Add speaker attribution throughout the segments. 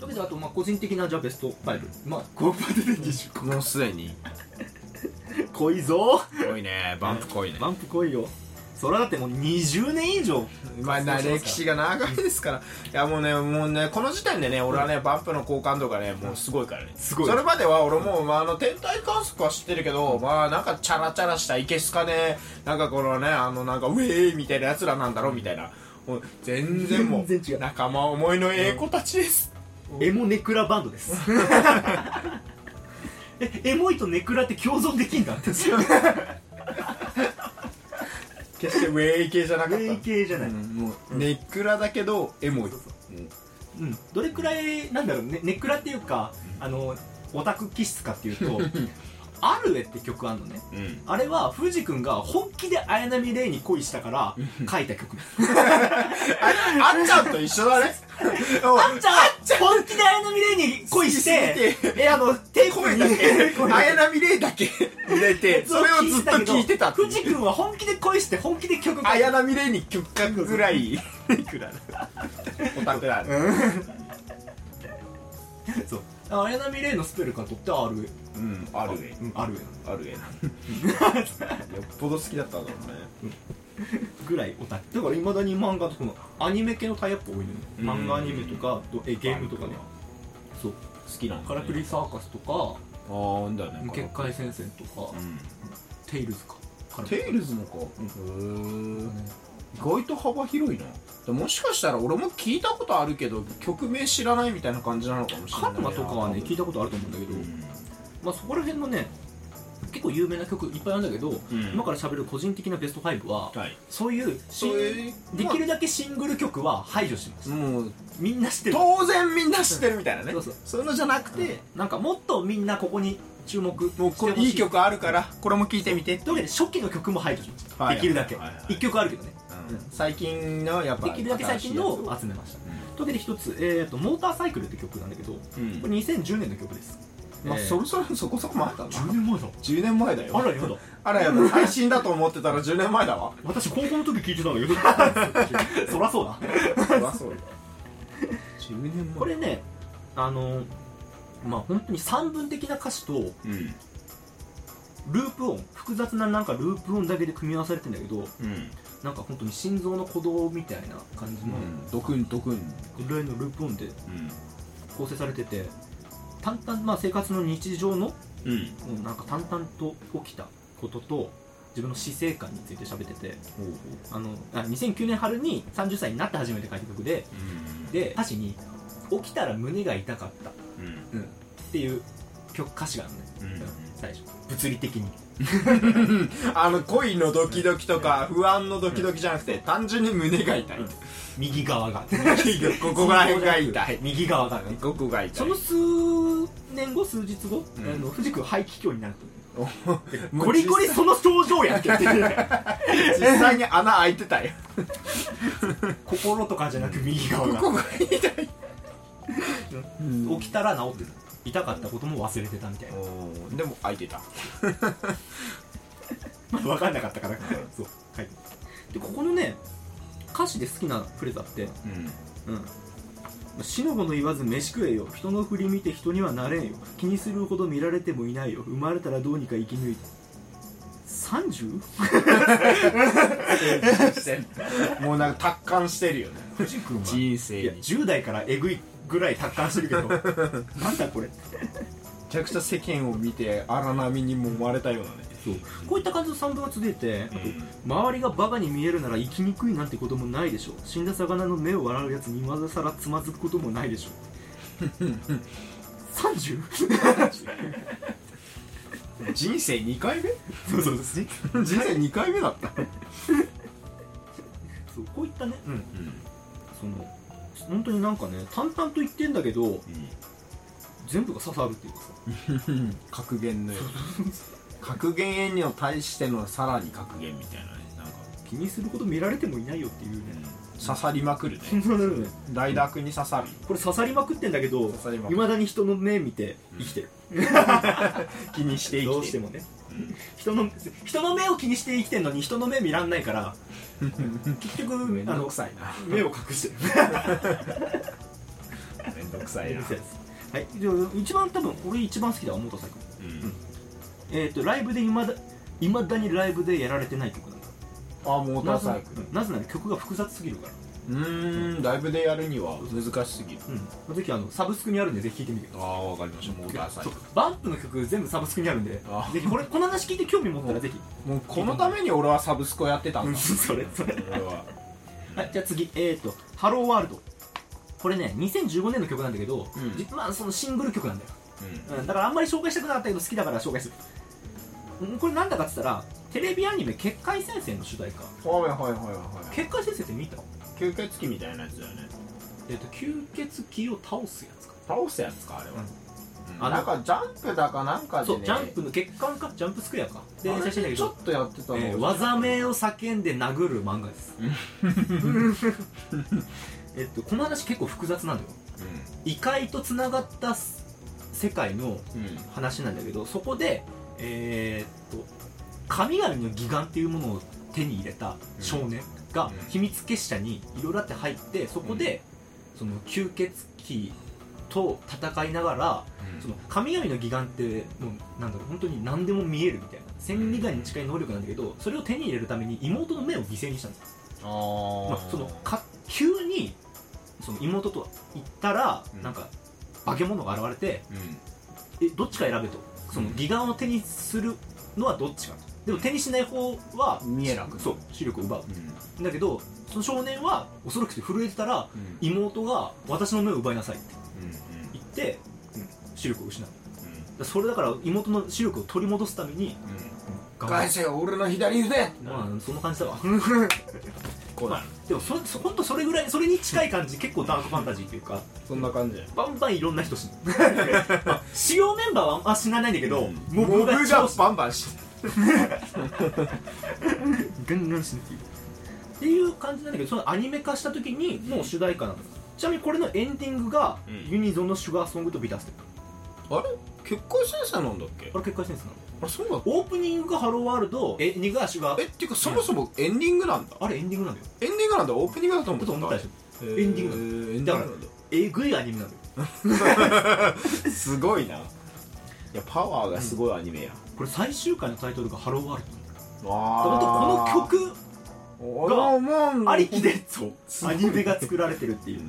Speaker 1: とりあえずあとまあ個人的なじゃあベスト5まあ5パ ーで20個
Speaker 2: もうすでに
Speaker 1: 濃いぞ
Speaker 2: 濃いねバンプ濃いね
Speaker 1: バンプ濃いよそれだってもう20年以上
Speaker 2: まあな歴史が長 いですから、いやもうねもうねこの時点でね俺はね、バンプの好感度がねもうすごいからね、
Speaker 1: すごい
Speaker 2: それまでは俺も、まあ、あの天体観測は知ってるけど、まあなんかチャラチャラしたいけすかねなんかこのねあのなんかウェーイみたいなやつらなんだろうみたいなもう全然もう
Speaker 1: 全然違う
Speaker 2: 仲間思いのええ子たちです、
Speaker 1: エモネクラバンドです えエモいとネクラって共存できんだって
Speaker 2: 決してウェーイ系じゃなかった
Speaker 1: 霊系じゃない、
Speaker 2: うんもうネックラだけどエモい
Speaker 1: そううん、どれくらいなんだろうねネクラっていうかあのオタク気質かっていう と「アルエ」って曲あんのね
Speaker 2: うん
Speaker 1: あれは藤君が本気で綾波レイに恋したから書いた曲
Speaker 2: ああっちゃんと一緒 だ
Speaker 1: あっ
Speaker 2: ね
Speaker 1: ちゃん本気で綾波レイに恋して
Speaker 2: し
Speaker 1: えあの手
Speaker 2: 声だけ綾波レイだけ入れてそれをずっと聞いてたっていう
Speaker 1: 藤君は本気で恋して本気で曲書い
Speaker 2: 綾波レイに曲か ぐらいいくらオタクだね
Speaker 1: そう綾波レイのスペルから取ってアルエ
Speaker 2: うんあるね
Speaker 1: うんアルエ
Speaker 2: あ るねよっぽど好きだったんだろうね
Speaker 1: ぐらいオタクだからいまだに漫画とかのアニメ系のタイアップ多いのよ
Speaker 2: うん
Speaker 1: 漫画アニメとかとえゲームとかねそう
Speaker 2: 好きな
Speaker 1: カラクリサーカスとか
Speaker 2: ああんだね
Speaker 1: 無血界戦線とか、
Speaker 2: うん
Speaker 1: テイルズかカラクリ
Speaker 2: テイルズのかへえ意外と幅広いなでもしかしたら俺も聞いたことあるけど曲名知らないみたいな感じなのかもしれな
Speaker 1: カ
Speaker 2: い
Speaker 1: ルマとかはね聞い
Speaker 2: た
Speaker 1: たことあると思うんだけど、
Speaker 2: うん
Speaker 1: まあそこら辺のね結構有名な曲いっぱいあるんだけど、
Speaker 2: ん
Speaker 1: 今から喋る個人的なベスト5は、
Speaker 2: はい
Speaker 1: そういうシン
Speaker 2: そういう
Speaker 1: できるだけシングル曲は排除します、
Speaker 2: もう
Speaker 1: みんな知ってる
Speaker 2: 当然みんな知ってるみたいなね
Speaker 1: そうそう
Speaker 2: そういうのじゃなくて、
Speaker 1: でなんかもっとみんなここに注目して
Speaker 2: もうこ
Speaker 1: ほ
Speaker 2: れ
Speaker 1: し
Speaker 2: いい曲あるからこれも聴いてみて、
Speaker 1: というわけで初期の曲も排除します、
Speaker 2: はい
Speaker 1: できるだけ、一
Speaker 2: はいはいはい
Speaker 1: 1曲あるけどねうん
Speaker 2: 最近のやっぱ
Speaker 1: できるだけ最近のを集めましたというわけで一つ、えーと「モーターサイクル」って曲なんだけどこ
Speaker 2: うん
Speaker 1: れ2010年の曲です、
Speaker 2: まあ、
Speaker 1: えー
Speaker 2: そろそろそこそこ前だな
Speaker 1: 10年前だ
Speaker 2: 10年前だよ
Speaker 1: あらやだ
Speaker 2: あらやだ配信だと思ってたら10年前だわ
Speaker 1: 私高校の時聞いてたんだけど そらそうだ
Speaker 2: そりゃそうだ10年前
Speaker 1: これねあのまあ本当に三分的な歌詞と
Speaker 2: うん
Speaker 1: ループ音複雑ななんかループ音だけで組み合わされてんだけど
Speaker 2: うん
Speaker 1: なんか本当に心臓の鼓動みたいな感じの
Speaker 2: ドクンドクンうん
Speaker 1: ぐらいのループ音で構成されてて淡々、まあ、生活の日常の
Speaker 2: うん
Speaker 1: もうなんか淡々と起きたことと自分の死生観について喋ってて
Speaker 2: ほうほう
Speaker 1: あのあ2009年春に30歳になって初めて書いた曲でで歌詞に「起きたら胸が痛かった」っ
Speaker 2: うんうん
Speaker 1: ていう曲歌詞があるのね、
Speaker 2: うん
Speaker 1: 最初物理的に
Speaker 2: あの恋のドキドキとか不安のドキドキじゃなくて単純に胸が痛い、
Speaker 1: うん右側が
Speaker 2: ここがが痛い
Speaker 1: 右側がね
Speaker 2: ここが痛
Speaker 1: そ
Speaker 2: い
Speaker 1: の数年後数日後、
Speaker 2: うん
Speaker 1: あの藤君肺気胸になると
Speaker 2: もう
Speaker 1: ゴリゴリその症状やんけ
Speaker 2: 実際実際に穴開いてたよ
Speaker 1: 心とかじゃなく右側 が
Speaker 2: が痛い
Speaker 1: 起きたら治ってた痛かったことも忘れてたみたいな
Speaker 2: でも開いてた
Speaker 1: まあ分かんなかったから そうはいでここのね歌詞で好きなフレーズあって
Speaker 2: うん
Speaker 1: うん死の子の言わず飯食えよ人の振り見て人にはなれんよ気にするほど見られてもいないよ生まれたらどうにか生き抜いて 30?
Speaker 2: もうなんか達観してるよね
Speaker 1: 藤君は
Speaker 2: 人
Speaker 1: い
Speaker 2: 生
Speaker 1: や10代からえぐいぐらい達観して るけどなんだこれ
Speaker 2: めちゃくちゃ世間を見て荒波にもまれたようなね
Speaker 1: そうこういった感じの3分が続いて、あと周りがバカに見えるなら生きにくいなんてこともないでしょう死んだ魚の目を笑うやつに今さらつまずくこともないでしょ う 30?
Speaker 2: 人生2回目
Speaker 1: そうそうそう
Speaker 2: 人生2回目だった
Speaker 1: そうこういったね、うん、その本当になんかね淡々と言ってんだけど全部が刺さるっていうかさ
Speaker 2: 格言のよ 格言に対してのさらに格言みたいなねなんか
Speaker 1: 気にするほど見られてもいないよっていうね
Speaker 2: 刺さりまくる ね
Speaker 1: そうなるね
Speaker 2: 大濁に刺さる
Speaker 1: これ刺さりまくってんだけど
Speaker 2: 刺さりま
Speaker 1: い
Speaker 2: くる
Speaker 1: まだに人の目見て生きてる、
Speaker 2: 気にして
Speaker 1: ど
Speaker 2: 生
Speaker 1: う
Speaker 2: き
Speaker 1: してて
Speaker 2: る
Speaker 1: もね人の人の目を気にして生きてんのに人の目見らんない から結局
Speaker 2: めん
Speaker 1: あ
Speaker 2: ど
Speaker 1: の
Speaker 2: くさいな
Speaker 1: 目を隠してる
Speaker 2: めんどくさいな、
Speaker 1: はい、で一番多分俺一番好きだわ元作
Speaker 2: うん、
Speaker 1: えっ、とライブでいまだいまだにライブでやられてない曲なんだ
Speaker 2: あモータ
Speaker 1: なぜな
Speaker 2: ーサ
Speaker 1: ら
Speaker 2: イクル
Speaker 1: うんなぜなら曲が複雑すぎるから
Speaker 2: うーんライブでやるには難しすぎる
Speaker 1: うんぜひあのサブスクにあるんでぜひ聴いてみてくだ
Speaker 2: あ
Speaker 1: さ
Speaker 2: あわかりましたモーター
Speaker 1: い
Speaker 2: サイ
Speaker 1: そ
Speaker 2: ク
Speaker 1: う
Speaker 2: ル
Speaker 1: バンプの曲全部サブスクにあるんで
Speaker 2: あ
Speaker 1: ぜひこれこの話聞いて興味持ったらぜひ
Speaker 2: もうこのために俺はサブスクをやってたん
Speaker 1: うん
Speaker 2: だ
Speaker 1: それそれ
Speaker 2: 俺は
Speaker 1: はい、じゃあ次、えー、と「ハローワールド」これね2015年の曲なんだけど、
Speaker 2: うん
Speaker 1: じまあ、そのシングル曲なんだよ、
Speaker 2: うん
Speaker 1: うん、だからあんまり紹介したくなかったけど好きだから紹介する、うん、これなんだかっつったらテレビアニメ「結界戦線」の主題歌
Speaker 2: はいはいはいはい
Speaker 1: 結界戦線って見た
Speaker 2: 吸血鬼みたいなやつだよね
Speaker 1: えっ、と吸血鬼を倒すやつか
Speaker 2: 倒すやつかあれは、うん
Speaker 1: あ
Speaker 2: なんかジャンプだかなんかで、
Speaker 1: そ
Speaker 2: ね、
Speaker 1: うジャンプの血管かジャンプスクエアかで連
Speaker 2: あ
Speaker 1: 載
Speaker 2: れ
Speaker 1: してんだけ
Speaker 2: ちょ
Speaker 1: ど、
Speaker 2: っとやってたの、
Speaker 1: えー技名を叫んで殴る漫画です えっとこの話結構複雑なんだよ異界とつながった世界の
Speaker 2: うんうん
Speaker 1: 話なんだけどそこでえーっと神々の義眼っていうものを手に入れた少年が
Speaker 2: うん
Speaker 1: 秘密結社にいろいろあって入ってそこでその吸血鬼と戦いながらその神々の義眼ってもうなんだろう本当に何でも見えるみたいな千里眼に近い能力なんだけどそれを手に入れるために妹の目を犠牲にしたんですよ、ま
Speaker 2: あ
Speaker 1: あ、そのか急にその妹と行ったら
Speaker 2: うん
Speaker 1: なんか化け物が現れて
Speaker 2: うん
Speaker 1: えどっちか選べとその義眼を手にするのはどっちかとでも手にしない方は
Speaker 2: 見えなく
Speaker 1: そう視力を奪う
Speaker 2: うん
Speaker 1: だけどその少年は恐ろしくて震えてたら
Speaker 2: うん
Speaker 1: 妹が私の目を奪いなさいって
Speaker 2: うん
Speaker 1: 言って、視力を失うだからそれだから妹の視力を取り戻すために
Speaker 2: うんうん
Speaker 1: 頑張
Speaker 2: 返
Speaker 1: る
Speaker 2: せよ俺の左腕
Speaker 1: まあそんな感じだ わ
Speaker 2: こう
Speaker 1: ま
Speaker 2: だ
Speaker 1: あでもそそ本当それぐらいそれに近い感じ結構ダークファンタジーっていうか
Speaker 2: そんな感じ
Speaker 1: バンバンいろんな 人死ぬ、まあ主要メンバーはあんま死なないんだけど、
Speaker 2: モ
Speaker 1: モ
Speaker 2: ブ
Speaker 1: ブ
Speaker 2: が
Speaker 1: が
Speaker 2: 超
Speaker 1: 超
Speaker 2: バンバンして
Speaker 1: ガンガン死ぬっていうっていう感じなんだけどそのアニメ化した時にもう主題歌なのちなみにこれのエンディングが、
Speaker 2: うん
Speaker 1: ユニゾンの「シュガーソング」と「ビターステップ
Speaker 2: あれ結婚先生なんだっけ」
Speaker 1: これ結果センスなの
Speaker 2: あそうだ
Speaker 1: オープニングが「ハローワールド」エンディングが「シュガ
Speaker 2: え
Speaker 1: ー
Speaker 2: っていうかそもそもエンディングなんだ」
Speaker 1: あれエンディングなんだよ
Speaker 2: エンディングなんだオープニングだと思
Speaker 1: ちょっと思ったでしょ
Speaker 2: エ
Speaker 1: エンディング
Speaker 2: エンディングなんだ
Speaker 1: えぐいアニメなんだよ
Speaker 2: すごいないやパワーがすごいアニメや
Speaker 1: これ最終回のタイトルが「ハローワールド」だ
Speaker 2: あ
Speaker 1: から
Speaker 2: ー
Speaker 1: この曲
Speaker 2: こ
Speaker 1: が
Speaker 2: 曲
Speaker 1: ありきでそう
Speaker 2: すご
Speaker 1: ア
Speaker 2: い
Speaker 1: ニメが作られてるっていう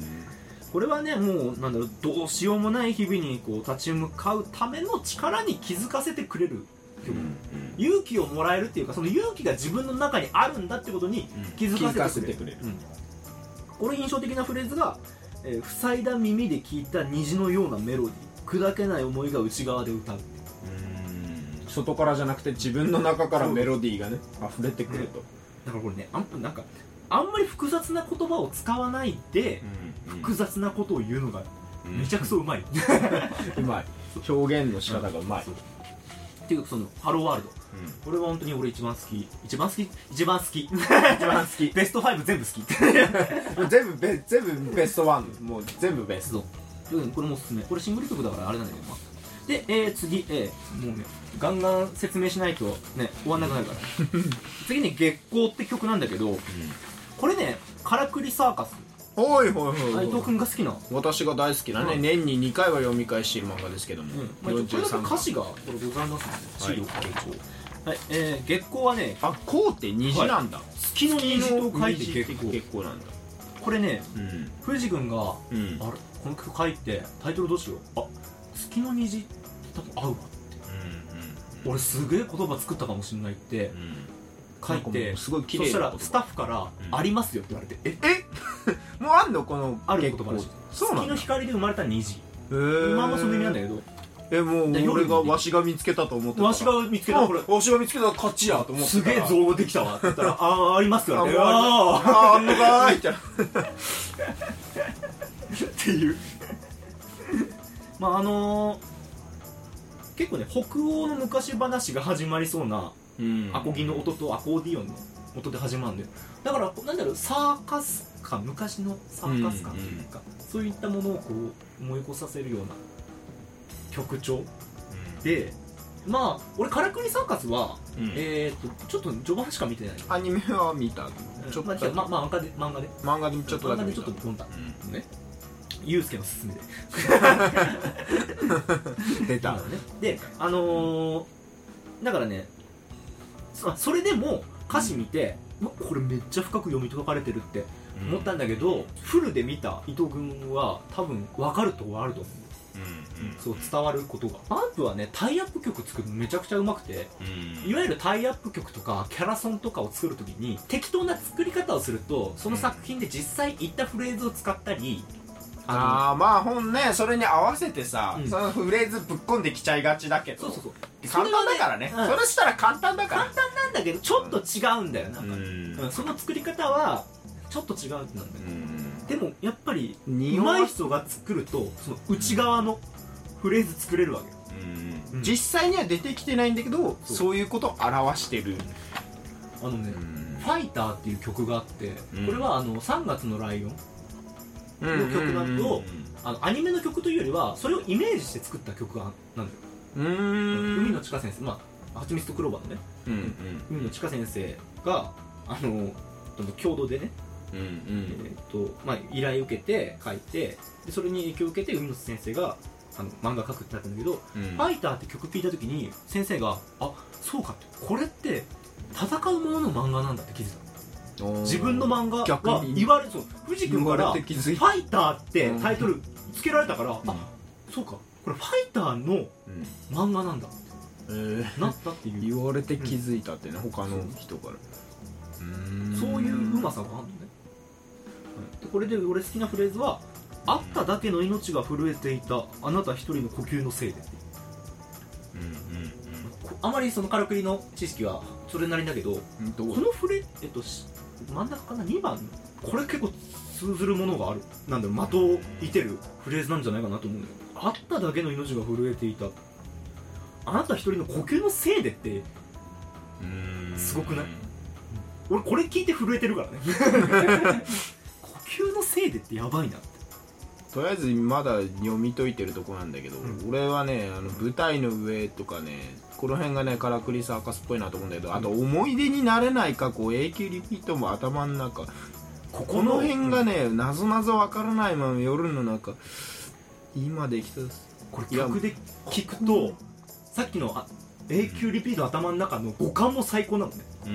Speaker 1: これはねもうなんだろうどうしようもない日々にこう立ち向かうための力に気づかせてくれる曲、勇気をもらえるっていうかその勇気が自分の中にあるんだってことに気づかせてくれる,、
Speaker 2: 気
Speaker 1: これ印象的なフレーズが、えー塞いだ耳で聞いた虹のようなメロディー砕けない思いが内側で歌う、
Speaker 2: 外からじゃなくて自分の中からメロディーがね溢れてくると
Speaker 1: だからこれねあんなんかあんまり複雑な言葉を使わないで、複雑なことを言うのがめちゃくそう まい、
Speaker 2: うまい表現の仕方がうまい
Speaker 1: そうっていうそのハローワールドこれは本当に俺一番好き一番好き一番好き 一
Speaker 2: 番好き
Speaker 1: ベスト5全部好き
Speaker 2: 全部ベ全部ベストワンもう全部ベスト
Speaker 1: そううんこれもおすすめこれシングル曲だからあれなんだけどまあで、えー次、えーもうねガンガン説明しないとね終わんなくなるから 次ね「月光」って曲なんだけどこれね「からくりサーカス
Speaker 2: おいおい」お
Speaker 1: 斉
Speaker 2: いお
Speaker 1: 藤
Speaker 2: い
Speaker 1: 君が好きな、
Speaker 2: 私が大好きなね
Speaker 1: うん
Speaker 2: 年に2回は読み返している漫画ですけども
Speaker 1: まあ、ちょっとこれだけ
Speaker 2: 43
Speaker 1: 歌
Speaker 2: 巻
Speaker 1: 詞がこれございます
Speaker 2: は
Speaker 1: ので資
Speaker 2: い
Speaker 1: 料からはい、えー、月光はね
Speaker 2: あこうって虹なんだ
Speaker 1: 月の虹と書いて月光
Speaker 2: 結構なんだ
Speaker 1: これね
Speaker 2: うん
Speaker 1: 藤君が
Speaker 2: うん
Speaker 1: あれこの曲書いてタイトルどうしようあ月の虹って多分合うわ俺すげえ言葉作ったかもしんないって書い
Speaker 2: なんかも
Speaker 1: て
Speaker 2: うすごい綺麗
Speaker 1: そしたら
Speaker 2: な言葉
Speaker 1: スタッフから
Speaker 2: う
Speaker 1: 「
Speaker 2: ん
Speaker 1: ありますよ」って言われて「え
Speaker 2: え もうあんのこの
Speaker 1: ある言葉らしい
Speaker 2: 結」そうなん
Speaker 1: 月の
Speaker 2: だ
Speaker 1: 光で生まれた虹
Speaker 2: へえ
Speaker 1: まあまあその意味なんだけど
Speaker 2: えもう俺がわしが見つけたと思ってた
Speaker 1: わしが見つけたこれ
Speaker 2: あわしが見つけた勝ちやと思って
Speaker 1: すげえ造語できたわって言ったら「ああありますよ」
Speaker 2: あ
Speaker 1: って
Speaker 2: もうあ
Speaker 1: あ
Speaker 2: あんのかーいって
Speaker 1: ーっていう まああのー結構ね北欧の昔話が始まりそうなアコギの音とアコーディオンの音で始まるんだよだからなんだろうサーカス感昔のサーカス感というか、そういったものをこう思い起こさせるような曲調でまあ俺カラクリサーカスは、
Speaker 2: うん
Speaker 1: えー、っとちょっと序盤しか見てない
Speaker 2: アニメは見たちょっとだけ
Speaker 1: まあ、まあ、漫画で漫画で
Speaker 2: 漫画でちょっと
Speaker 1: 漫
Speaker 2: だ
Speaker 1: 画で
Speaker 2: け見
Speaker 1: ちょ
Speaker 2: た
Speaker 1: っと読んだ
Speaker 2: うん
Speaker 1: ねユうスケの勧めで
Speaker 2: 出た
Speaker 1: なのねであのーだからねそそれでも歌詞見て、うわこれめっちゃ深く読み解かれてるって思ったんだけど、フルで見た伊藤君は多分分かるところあると思
Speaker 3: うん
Speaker 1: うそう伝わることがアンプはねタイアップ曲作るのめちゃくちゃうまくて
Speaker 3: うん
Speaker 1: いわゆるタイアップ曲とかキャラソンとかを作るときに適当な作り方をするとその作品で実際言ったフレーズを使ったりあ
Speaker 2: ああーまあ本ねそれに合わせてさ、
Speaker 1: うん
Speaker 2: そのフレーズぶっこんできちゃいがちだけ
Speaker 1: の
Speaker 2: ど
Speaker 1: そうそうそう
Speaker 2: 簡単だからね
Speaker 1: そ
Speaker 2: そ
Speaker 1: れは
Speaker 2: れ
Speaker 1: ねうん
Speaker 2: したら簡単だから
Speaker 1: 簡単なんだけどちょっと違うんだよな、
Speaker 3: うん
Speaker 1: うんその作り方はちょっと違うんだよね
Speaker 3: うん
Speaker 1: でもやっぱり
Speaker 2: 匂わ
Speaker 1: 上手い人が作るとその内側のフレーズ作れるわけよ、うん
Speaker 2: 実際には出てきてないんだけど
Speaker 1: そう
Speaker 2: そういうことを表してる
Speaker 1: あのね、ファイター」っていう曲があって、
Speaker 3: うん
Speaker 1: これはあの3月のライオン
Speaker 2: の
Speaker 1: の曲なん
Speaker 2: と
Speaker 1: とあのアニメの曲というよりはそれをイメージして作った曲がなんだよ、
Speaker 2: うーん
Speaker 1: 海の地下先生まあはちみつとクローバーのね
Speaker 3: うんうん
Speaker 1: 海の地下先生があのあの共同でね
Speaker 3: うんうん
Speaker 1: えーっとまあ、依頼受けて書いてでそれに影響を受けて海野先生があの漫画書くってなったんだけど「
Speaker 3: うん
Speaker 1: ファイター」って曲聞いた時に先生が「あそうか」ってこれって戦うものの漫画なんだって気づいた自分の漫画
Speaker 2: 逆
Speaker 1: が
Speaker 2: に
Speaker 1: 言われそう藤君
Speaker 2: 言
Speaker 1: か
Speaker 2: わ
Speaker 1: ら「
Speaker 2: れ
Speaker 1: フ
Speaker 2: て気づいた
Speaker 1: ァイター」ってタイトルつけられたから、あそうかこれファイターの
Speaker 3: うん
Speaker 1: 漫画なんだ
Speaker 2: えー
Speaker 1: なったっていう
Speaker 2: 言われて気づいたってね、他の人から
Speaker 1: そういううまさがあるのね、でこれで俺好きなフレーズは「あっただけの命が震えていたあなた一人の呼吸のせいで」
Speaker 3: うんうん
Speaker 1: こあまりその軽くりの知識はそれなりだけどこ
Speaker 2: うんどう
Speaker 1: のフレえっとし真ん中かな2番これ結構通ずるものがあるなんだろう的を射てるフレーズなんじゃないかなと思うんだよあっただけの命が震えていたあなた一人の呼吸のせいでって
Speaker 3: うんうん
Speaker 1: すごくない俺これ聞いて震えてるからね呼吸のせいでってやばいなって
Speaker 2: とりあえずまだ読み解いてるとこなんだけど、
Speaker 1: う
Speaker 2: 俺はねあの舞台の上とかねこの辺がねカラクリサーカスっぽいなと思うんだけどあと思い出になれない過去永久リピートも頭の中
Speaker 1: こ
Speaker 2: この辺がねなぞなぞわからないまま夜の中今できた
Speaker 1: これ
Speaker 2: いや
Speaker 1: 逆で聞くとさっきのあ永久リピート頭の中の五感も最高なのね
Speaker 3: うん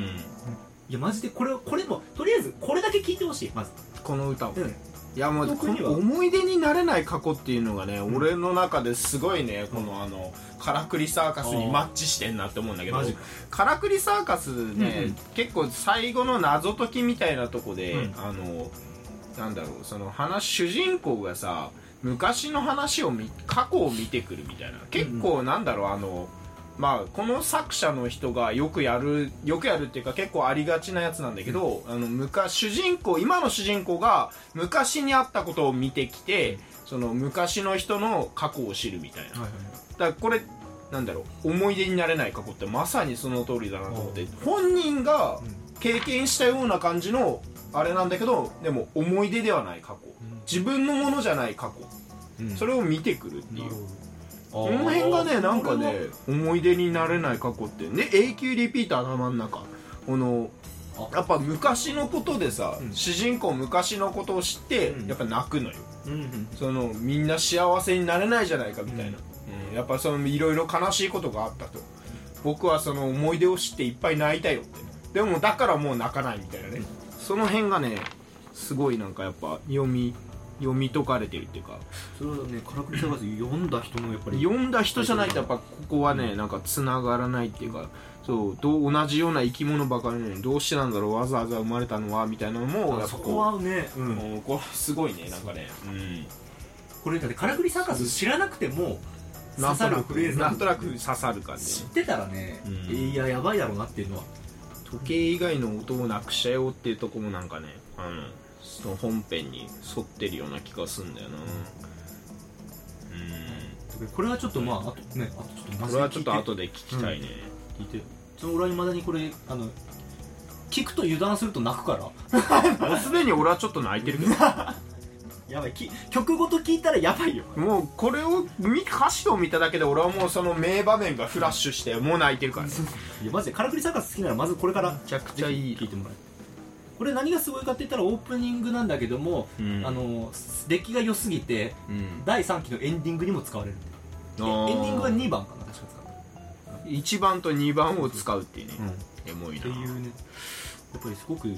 Speaker 1: いやマジでこれこれもとりあえずこれだけ聞いてほしいまず
Speaker 2: この歌を、
Speaker 1: うん
Speaker 2: いやもう
Speaker 1: 特
Speaker 2: こ
Speaker 1: には
Speaker 2: の思い出になれない過去っていうのがね、俺の中ですごいねこのあのカラクリサーカスにマッチしてんなって思うんだけど
Speaker 1: マジ
Speaker 2: カラクリサーカスね、
Speaker 1: うんうん
Speaker 2: 結構最後の謎解きみたいなとこで、
Speaker 1: うん
Speaker 2: あのなんだろうその話主人公がさ昔の話を見過去を見てくるみたいな結構なんだろうあのまあこの作者の人がよくやるよくやるっていうか結構ありがちなやつなんだけど、あの昔主人公今の主人公が昔にあったことを見てきてその昔の人の過去を知るみたいな
Speaker 1: はいはい
Speaker 2: だからこれなんだろう思い出になれない過去ってまさにその通りだなと思って本人が経験したような感じのあれなんだけどでも思い出ではない過去自分のものじゃない過
Speaker 1: うん
Speaker 2: 去それを見てくるっていう
Speaker 1: こ
Speaker 2: この辺がねなんかね思い出になれない過去ってね永久リピート頭の中この
Speaker 1: あ
Speaker 2: やっぱ昔のことでさ、
Speaker 1: うん
Speaker 2: 主人公昔のことを知って、
Speaker 1: うん
Speaker 2: やっぱ泣くのよ
Speaker 1: うんうん
Speaker 2: そのみんな幸せになれないじゃないかみたいな、うんやっぱそのいろいろ悲しいことがあったと僕はその思い出を知っていっぱい泣いたよってでもだからもう泣かないみたいなね、
Speaker 1: うん
Speaker 2: その辺がねすごいなんかやっぱ読み読み解かれてるっていうか
Speaker 1: それはねカラクリ探し読んだ人のやっぱり
Speaker 2: 読んだ人じゃないとやっぱここはね、なんかつながらないっていうかそうどう同じような生き物ばかりなのにどうしてなんだろうわざわざ生まれたのはみたいなのもや
Speaker 1: あ
Speaker 2: っぱ
Speaker 1: そ
Speaker 2: こう
Speaker 1: こはね、う、
Speaker 2: うんんこれすごいねなんかね
Speaker 3: うん
Speaker 1: これだってカラクリサーカス知らなくても刺
Speaker 2: なんと
Speaker 1: さる
Speaker 2: な
Speaker 1: フレー
Speaker 2: く
Speaker 1: ズ
Speaker 2: な
Speaker 1: なんん
Speaker 2: と
Speaker 1: だ
Speaker 2: なく刺さる感じ
Speaker 1: 知ってたらね、
Speaker 3: うん
Speaker 1: いややばいだろうなっていうのは
Speaker 2: 時計以外の音をなくしちゃよっていうとこもなんかねあのその本編に沿ってるような気がすんだよな、
Speaker 1: これはちょっとまああとねあとちょっとマジで聞いて
Speaker 2: これはちょっと後で聞きたいね、
Speaker 1: 聞いてその俺はいまだにこれあの聞くと油断すると泣くから
Speaker 2: もうすでに俺はちょっと泣いて るけど
Speaker 1: やばいき曲ごと聞いたらやばいよ
Speaker 2: もうこれを見歌詞を見ただけで俺はもうその名場面がフラッシュしてもう泣いてるからね
Speaker 1: いやマジでカラクリサーカス好きならまずこれからめ
Speaker 2: ちゃくちゃいい
Speaker 1: 聞いてもらえこれ何がすごいかって言ったらオープニングなんだけども、
Speaker 3: うん
Speaker 1: あの出来が良すぎて
Speaker 3: うん
Speaker 1: 第3期のエンディングにも使われる
Speaker 2: あ
Speaker 1: えエンディングは
Speaker 2: ー
Speaker 1: 2番かな確か使った
Speaker 2: 1番と2番を使うっていうね、
Speaker 1: うん
Speaker 2: エモい
Speaker 1: っ
Speaker 2: な
Speaker 1: ていうねやっぱりすごくいい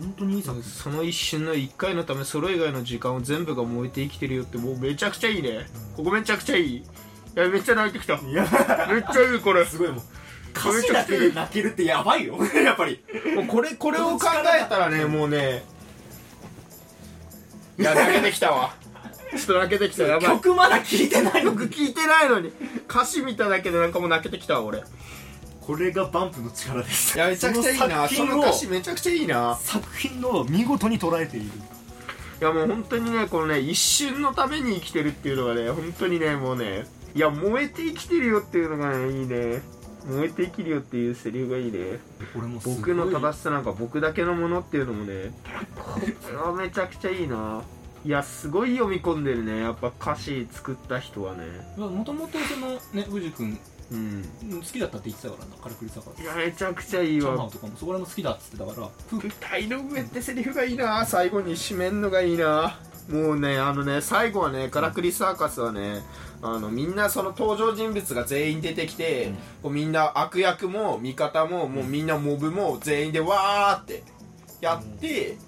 Speaker 1: 本当にいい作品
Speaker 2: その一瞬の1回のためそれ以外の時間を全部が燃えて生きてるよってもうめちゃくちゃいいねここめちゃくちゃいいいやめっちゃ泣いてきためっ
Speaker 1: いや
Speaker 2: ちゃいいこれ
Speaker 1: すごいもう歌詞だけで泣けるってやばいよ やっぱり
Speaker 2: もうこれこれを考えたらねもうねいや泣けてきたわちょっと泣けてきたやばい
Speaker 1: 曲まだ聴いてないの
Speaker 2: 曲聞いてないのに歌詞見ただけでなんかもう泣けてきたわ俺い
Speaker 1: これがバンプの力です
Speaker 2: やめちゃくちゃいいなそ
Speaker 1: そ
Speaker 2: の
Speaker 1: の
Speaker 2: 歌
Speaker 1: 作
Speaker 2: 詞
Speaker 1: 品を
Speaker 2: めちゃくちゃいいな
Speaker 1: 作品の見事に捉えている
Speaker 2: いやもう本当にねこのね一瞬のために生きてるっていうのがね本当にねもうねいや燃えて生きてるよっていうのがねいいね燃えて生きるよっていうセリフがいいね
Speaker 1: 俺もすごい
Speaker 2: 僕の正しさなんか僕だけのものっていうのもねこ れはめちゃくちゃいいないやすごい読み込んでるねやっぱ歌詞作った人はね
Speaker 1: もともとそのね藤君
Speaker 2: うん
Speaker 1: 好きだったって言ってたからな軽く言ってたか
Speaker 2: い
Speaker 1: ら
Speaker 2: やめちゃくちゃいい
Speaker 1: チャンマ
Speaker 2: わ
Speaker 1: ンとかもそこら辺も好きだっつってたからふ
Speaker 2: 舞台の上ってセリフがいいな最後に締めんのがいいなもうねあのね最後はねカラクリサーカスはねあのみんなその登場人物が全員出てきて、こうみんな悪役も味方ももうみんなモブも全員でわーってやって、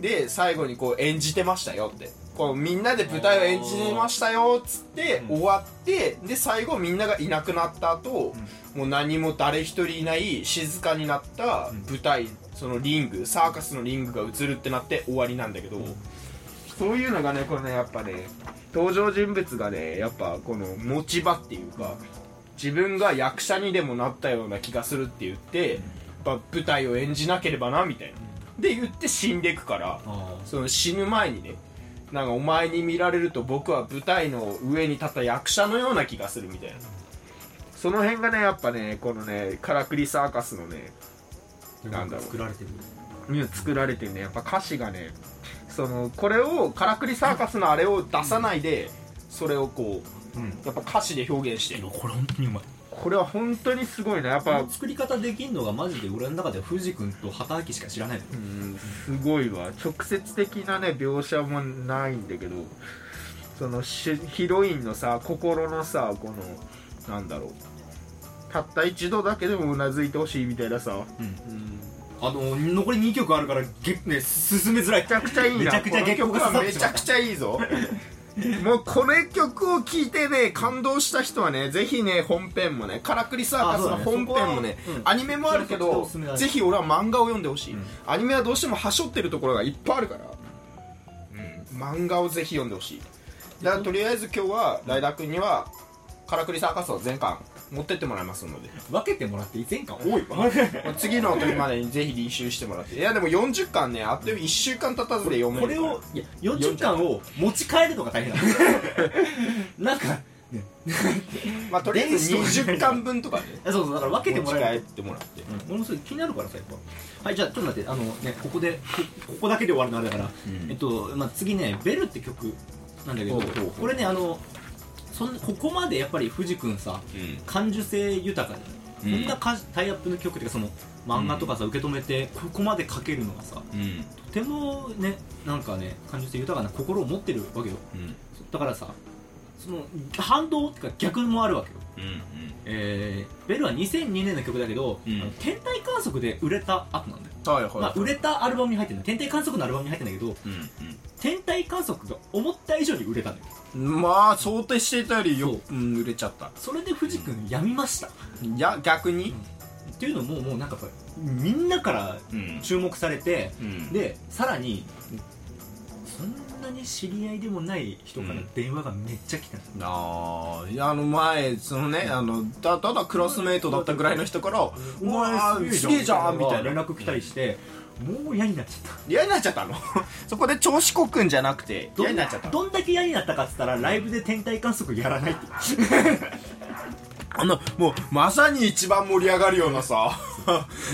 Speaker 2: で最後にこう演じてましたよってこうみんなで舞台を演じてましたよっつって
Speaker 1: うん
Speaker 2: 終わってで最後みんながいなくなった後、もう何も誰一人いない静かになった舞台、そのリングサーカスのリングが映るってなって終わりなんだけど、そういうのがねこれねやっぱね登場人物がねやっぱこの持ち場っていうか自分が役者にでもなったような気がするって言って、やっぱ舞台を演じなければなみたいなで言って死んでくから
Speaker 1: あー
Speaker 2: その死ぬ前にねなんかお前に見られると僕は舞台の上に立った役者のような気がするみたいなその辺がねやっぱねこのねカラクリサーカスのねなんだろう
Speaker 1: 作られてる
Speaker 2: に作られてるねやっぱ歌詞がねそのこれをカラクリサーカスのあれを出さないでそれをこう
Speaker 1: うん
Speaker 2: やっぱ歌詞で表現してる
Speaker 1: これ本当にうまい
Speaker 2: これは本当にすごいなやっ
Speaker 1: こ
Speaker 2: ぱ
Speaker 1: の作り方できんのがマジで俺の中では藤君と畑明しか知らないの
Speaker 2: うんすごいわ直接的なね描写もないんだけどその主ヒロインのさ心のさこのなんだろうたった一度だけでもうなずいてほしいみたいなさ、
Speaker 1: うん
Speaker 2: うん
Speaker 1: あの残り2曲あるからげ、ね、進めづらい
Speaker 2: めちゃくちゃいいな
Speaker 1: めちゃくちゃ
Speaker 2: この
Speaker 1: 下
Speaker 2: 曲
Speaker 1: 克
Speaker 2: は
Speaker 1: が
Speaker 2: めちゃくちゃいいぞもうこの曲を聴いてね感動した人はねぜひね本編もね「カラクリサーカス」の本編もね
Speaker 1: あそうだねそこはうん
Speaker 2: アニメもあるけ
Speaker 1: めちゃくちゃ
Speaker 2: ど
Speaker 1: おすすめだね
Speaker 2: ぜひ俺は漫画を読んでほしい、
Speaker 1: うん
Speaker 2: アニメはどうしてもはしょってるところがいっぱいあるから、漫画をぜひ読んでほしいだからとりあえず今日はライダー君には「カラクリサーカス」を全巻持ってってもらいます ので
Speaker 1: 分けてもらって以前感多いわ
Speaker 2: まあ次の時までにぜひ履修してもらっていやでも40巻ねあっという間1週間経たずで読める
Speaker 1: これをいや40巻を持ち帰るのが大変だ なんか、ね、
Speaker 2: まあ、とりあえず
Speaker 1: 電子とか
Speaker 2: 20巻分とかね
Speaker 1: そうそうだから分けてもらえる
Speaker 2: 持ち帰ってもらって
Speaker 1: うん、俺もそれ気になるからさやっぱはいじゃあちょっと待ってあのねここでこここだけで終わるのあれだから、えっと、まあ、次ね「ベル」って曲なんだけど
Speaker 2: ほうほうほう
Speaker 1: これねあのそんここまでやっぱり藤君さ
Speaker 3: うん
Speaker 1: 感受性豊かじゃない、
Speaker 3: うん
Speaker 1: こんな歌タイアップの曲っていうかその漫画とかさ受け止めてここまで書けるのがさ
Speaker 3: うん
Speaker 1: とてもねなんかね感受性豊かな心を持ってるわけよ
Speaker 3: うん
Speaker 1: だからさその反動っていうか逆もあるわけよ
Speaker 3: うん
Speaker 1: えーベルは2002年の曲だけど、
Speaker 3: うん
Speaker 1: あの天体観測で売れた後なんだよ、
Speaker 2: はいはい、
Speaker 1: まあ、売れたアルバムに入ってるんだ天体観測のアルバムに入ってんだけど
Speaker 3: うん
Speaker 1: 天体観測が思った以上に売れたんだよ
Speaker 2: まあ想定していたよりよ
Speaker 1: そ、
Speaker 2: うん、売れちゃった
Speaker 1: それで藤君やみました、
Speaker 2: いや逆に、
Speaker 1: っていうのももうなんかやっぱみんなから
Speaker 3: うん
Speaker 1: 注目されて
Speaker 3: うん
Speaker 1: でさらにそんなに知り合いでもない人から電話がめっちゃ来たの、
Speaker 2: あああの前そのねあのたただクラスメートだったぐらいの人から「お前すげえじゃん」みたい
Speaker 1: 連
Speaker 2: な
Speaker 1: 絡来たりして、もう嫌になっちゃった
Speaker 2: 嫌になっちゃったの そこで調子こくんじゃなくて嫌になっちゃったの
Speaker 1: どんだけ嫌になったかっつったらライブで天体観測やらないって
Speaker 2: あのもうまさに一番盛り上がるようなさ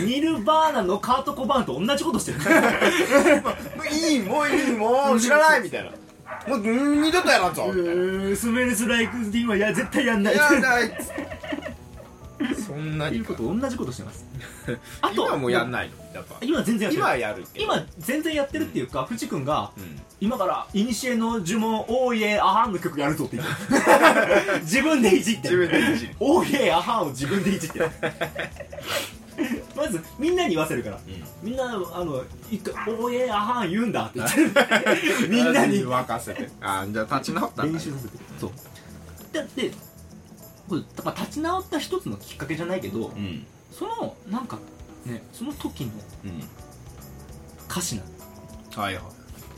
Speaker 1: ニルバーナのカート・コバーンと同じことしてる
Speaker 2: もういいもういいもう知らないみたいなもううん二度とやらんぞみたいな
Speaker 1: スメルス・ライク・ディンはや絶対やんない
Speaker 2: やないっつってそ
Speaker 3: んな
Speaker 1: ってい
Speaker 3: に
Speaker 1: う
Speaker 3: か
Speaker 1: ことを同じことしてますあ
Speaker 2: 今はもうやん
Speaker 1: い
Speaker 2: ないのやっぱ
Speaker 1: 今全然やってる
Speaker 2: 今はやるけど
Speaker 1: 今全然やってるっていうか、藤君が
Speaker 2: うん
Speaker 1: 今から古の呪文「おーいえあはん」の曲やるぞって言って る自分でいじって
Speaker 2: 自分
Speaker 1: る
Speaker 2: でいじ
Speaker 1: 「
Speaker 2: る
Speaker 1: おーいえあはん」を自分でいじってるまずみんなに言わせるからみんなあの一回「おーいえあはん」言うんだって言ってるみんなに
Speaker 2: 任せてあじゃあ立ち直ったんだ
Speaker 1: 練習させてそうだってこれだから立ち直った一つのきっかけじゃないけど、
Speaker 3: うんうん
Speaker 1: そのなんかねその時の歌詞なの
Speaker 2: はいはい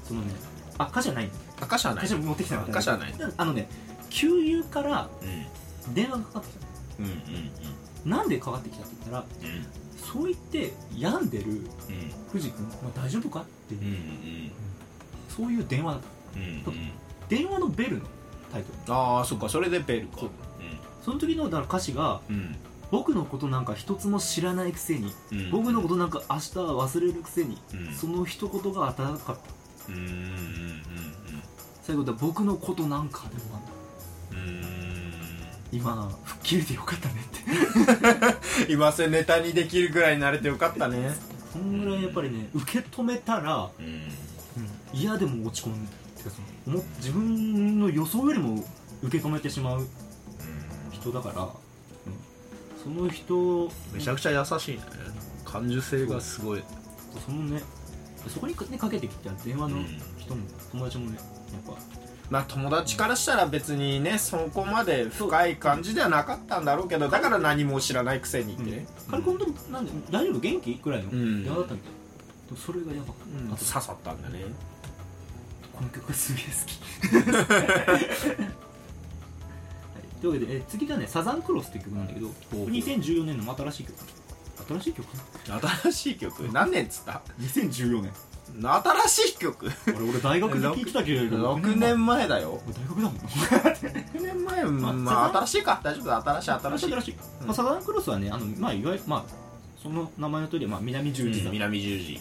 Speaker 1: そのねあ歌詞はない
Speaker 2: 赤じゃない
Speaker 1: 歌詞持ってきてなかった
Speaker 2: 歌詞はない
Speaker 1: あのね給油から
Speaker 3: うん
Speaker 1: 電話がかかってき
Speaker 3: う
Speaker 1: た
Speaker 3: んうん
Speaker 1: のなんでかかってきたって言ったら
Speaker 3: うんうん
Speaker 1: そう言って病んでる
Speaker 3: うん
Speaker 1: 藤君、まあ、大丈夫かっていううんそういう電話だった
Speaker 3: うんうん
Speaker 1: 電話のベルのタイトル
Speaker 2: ああそっかそれでベルか
Speaker 1: そうその時のだから歌詞が
Speaker 3: うん
Speaker 1: 「僕のことなんか一つも知らないくせに
Speaker 3: うん
Speaker 1: 僕のことなんか明日は忘れるくせに
Speaker 3: うん
Speaker 1: その一言が温かかった
Speaker 3: うんうん
Speaker 1: 最後だ僕のことなんかでもあん
Speaker 3: う
Speaker 1: だ
Speaker 3: んうん
Speaker 1: 今吹っ切れてよかったねって
Speaker 2: 今それネタにできるぐらいになれてよかったね
Speaker 1: そんぐらいやっぱりね受け止めたら
Speaker 3: うんうん
Speaker 1: 嫌でも落ち込むてかそのも自分の予想よりも受け止めてしまう人だから、その人
Speaker 2: めちゃくちゃ優しいね感受性がすごい
Speaker 1: そのねそこにか,、ね、かけてきた電話の人も、友達もねやっぱ
Speaker 2: まあ友達からしたら別にねそこまで深い感じではなかったんだろうけどだから何も知らないくせにってね、
Speaker 1: 軽く本当になんで大丈夫元気くらいの
Speaker 2: ん
Speaker 1: 電話だったみたいでもそれがやばかった、
Speaker 2: うん
Speaker 1: あ
Speaker 2: 刺
Speaker 1: と
Speaker 2: さったんだね
Speaker 1: この曲がすげえ好きはい、というわけでえ次がね「サザンクロス」っていう曲なんだけど
Speaker 2: うほう
Speaker 1: 2014年の新しい曲新しい曲
Speaker 2: 新しい曲何年っつった
Speaker 1: ?2014 年
Speaker 2: 新しい曲
Speaker 1: あれ俺大学で聴いてたけれど
Speaker 2: 6年前だよ
Speaker 1: 俺大学だもん
Speaker 2: 6年前まあ、
Speaker 1: まあ
Speaker 2: 新しいか大丈夫だ新しい新しい
Speaker 1: 新しい、まあ、サザンクロスはねあの、まあ、いわゆる、まあ、その名前の通り、まあ、南十字
Speaker 3: う
Speaker 1: 座、
Speaker 3: ん南十字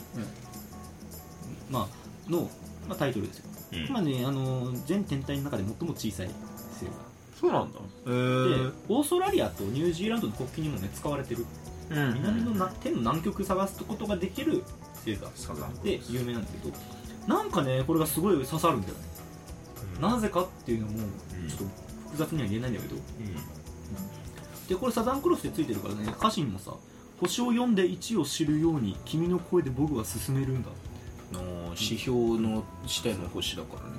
Speaker 1: まあの、まあ、タイトルですよ、
Speaker 3: うん
Speaker 1: まあねあの全天体の中で最も小さい星が
Speaker 2: そうなんだへえ
Speaker 1: でオーストラリアとニュージーランドの国旗にもね使われてる
Speaker 2: うん
Speaker 1: 南のな天の南極探すことができる星座
Speaker 2: サザン
Speaker 1: で有名なんだけどなんかねこれがすごい刺さるんだよね、
Speaker 3: うん
Speaker 1: なぜかっていうのも
Speaker 3: うん
Speaker 1: ちょっと複雑には言えないんだけどでこれサザンクロスでついてるからね歌詞にもさ「星を読んで1を知るように君の声で僕は進めるんだ
Speaker 2: の指標の視点の星だからね」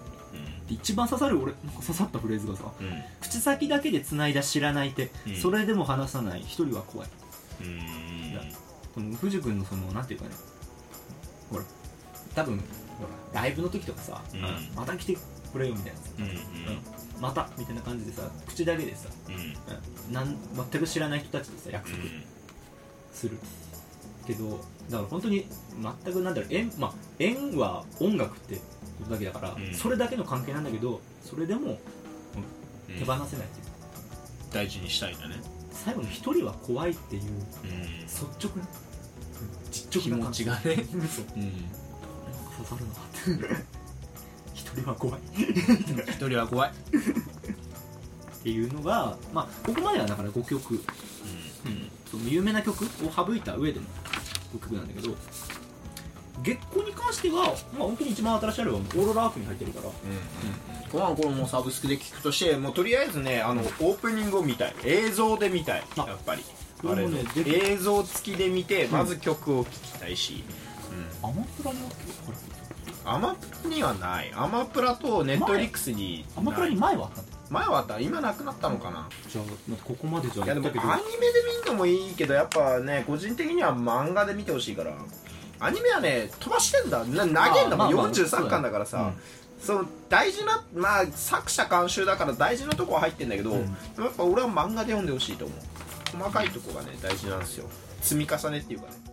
Speaker 1: で一番刺さる俺なんか刺さったフレーズがさ
Speaker 3: うんうん
Speaker 1: 「口先だけで繋いだ知らない手、
Speaker 3: うん
Speaker 1: それでも離さない一人は怖い」
Speaker 3: うん
Speaker 1: その藤君のそのなんていうかねほら多分ほらライブの時とかさ、
Speaker 3: うん
Speaker 1: また来てくれよみたいなさ、
Speaker 3: うん
Speaker 1: またみたいな感じでさ口だけでさ、
Speaker 3: うんうん
Speaker 1: うんなん全く知らない人たちとさ約束するけどだから本当に全くなんだろう縁,、まあ、縁は音楽ってことだけだから、
Speaker 3: うん
Speaker 1: それだけの関係なんだけどそれでも
Speaker 3: うん
Speaker 1: 手放せないっていう、
Speaker 3: 大事にしたいんだね
Speaker 1: 最後の一人は怖いっていう
Speaker 3: うん
Speaker 1: 率直なち
Speaker 2: 気持ちがね
Speaker 1: 嘘
Speaker 2: うん
Speaker 1: 刺さるなって 一人は怖い
Speaker 2: 一人は怖い
Speaker 1: っていうのが、まあ、ここまではだから5曲、その有名な曲を省いた上での5曲なんだけど月光に関しては、まあ、本当に一番新しいアルバム「オーロラアーク」に入ってるから
Speaker 2: この頃もうサブスクで聞くとしてもうとりあえずねあのオープニングを見たい映像で見たい
Speaker 1: あ
Speaker 2: やっぱり
Speaker 1: これもね
Speaker 2: あ
Speaker 1: 出
Speaker 2: れ
Speaker 1: て
Speaker 2: 映像付きで見て
Speaker 1: ん
Speaker 2: まず曲を聴きたいし、
Speaker 1: アマプラにあってこれ
Speaker 2: アマプラにはないアマプラとネットリックスに
Speaker 1: アマプラに
Speaker 2: な
Speaker 1: 前
Speaker 2: い
Speaker 1: はあったんだよ
Speaker 2: 前はあった今なくなったのかな、
Speaker 1: じゃあ、まあここまでじゃあ
Speaker 2: いやで
Speaker 1: 言っ
Speaker 2: も
Speaker 1: た
Speaker 2: アニ
Speaker 1: けど
Speaker 2: メで見るのもいいけどやっぱね個人的には漫画で見てほしいからアニメはね飛ばしてんだな投げん
Speaker 1: ま
Speaker 2: だも
Speaker 1: あ
Speaker 2: ん、
Speaker 1: まあ
Speaker 2: 43巻だからさ、そう大事なまあ作者監修だから大事なとこは入ってんだけど、
Speaker 1: うん
Speaker 2: やっぱ俺は漫画で読んでほしいと思う細かいとこがね大事なんですよ積み重ねっていうかね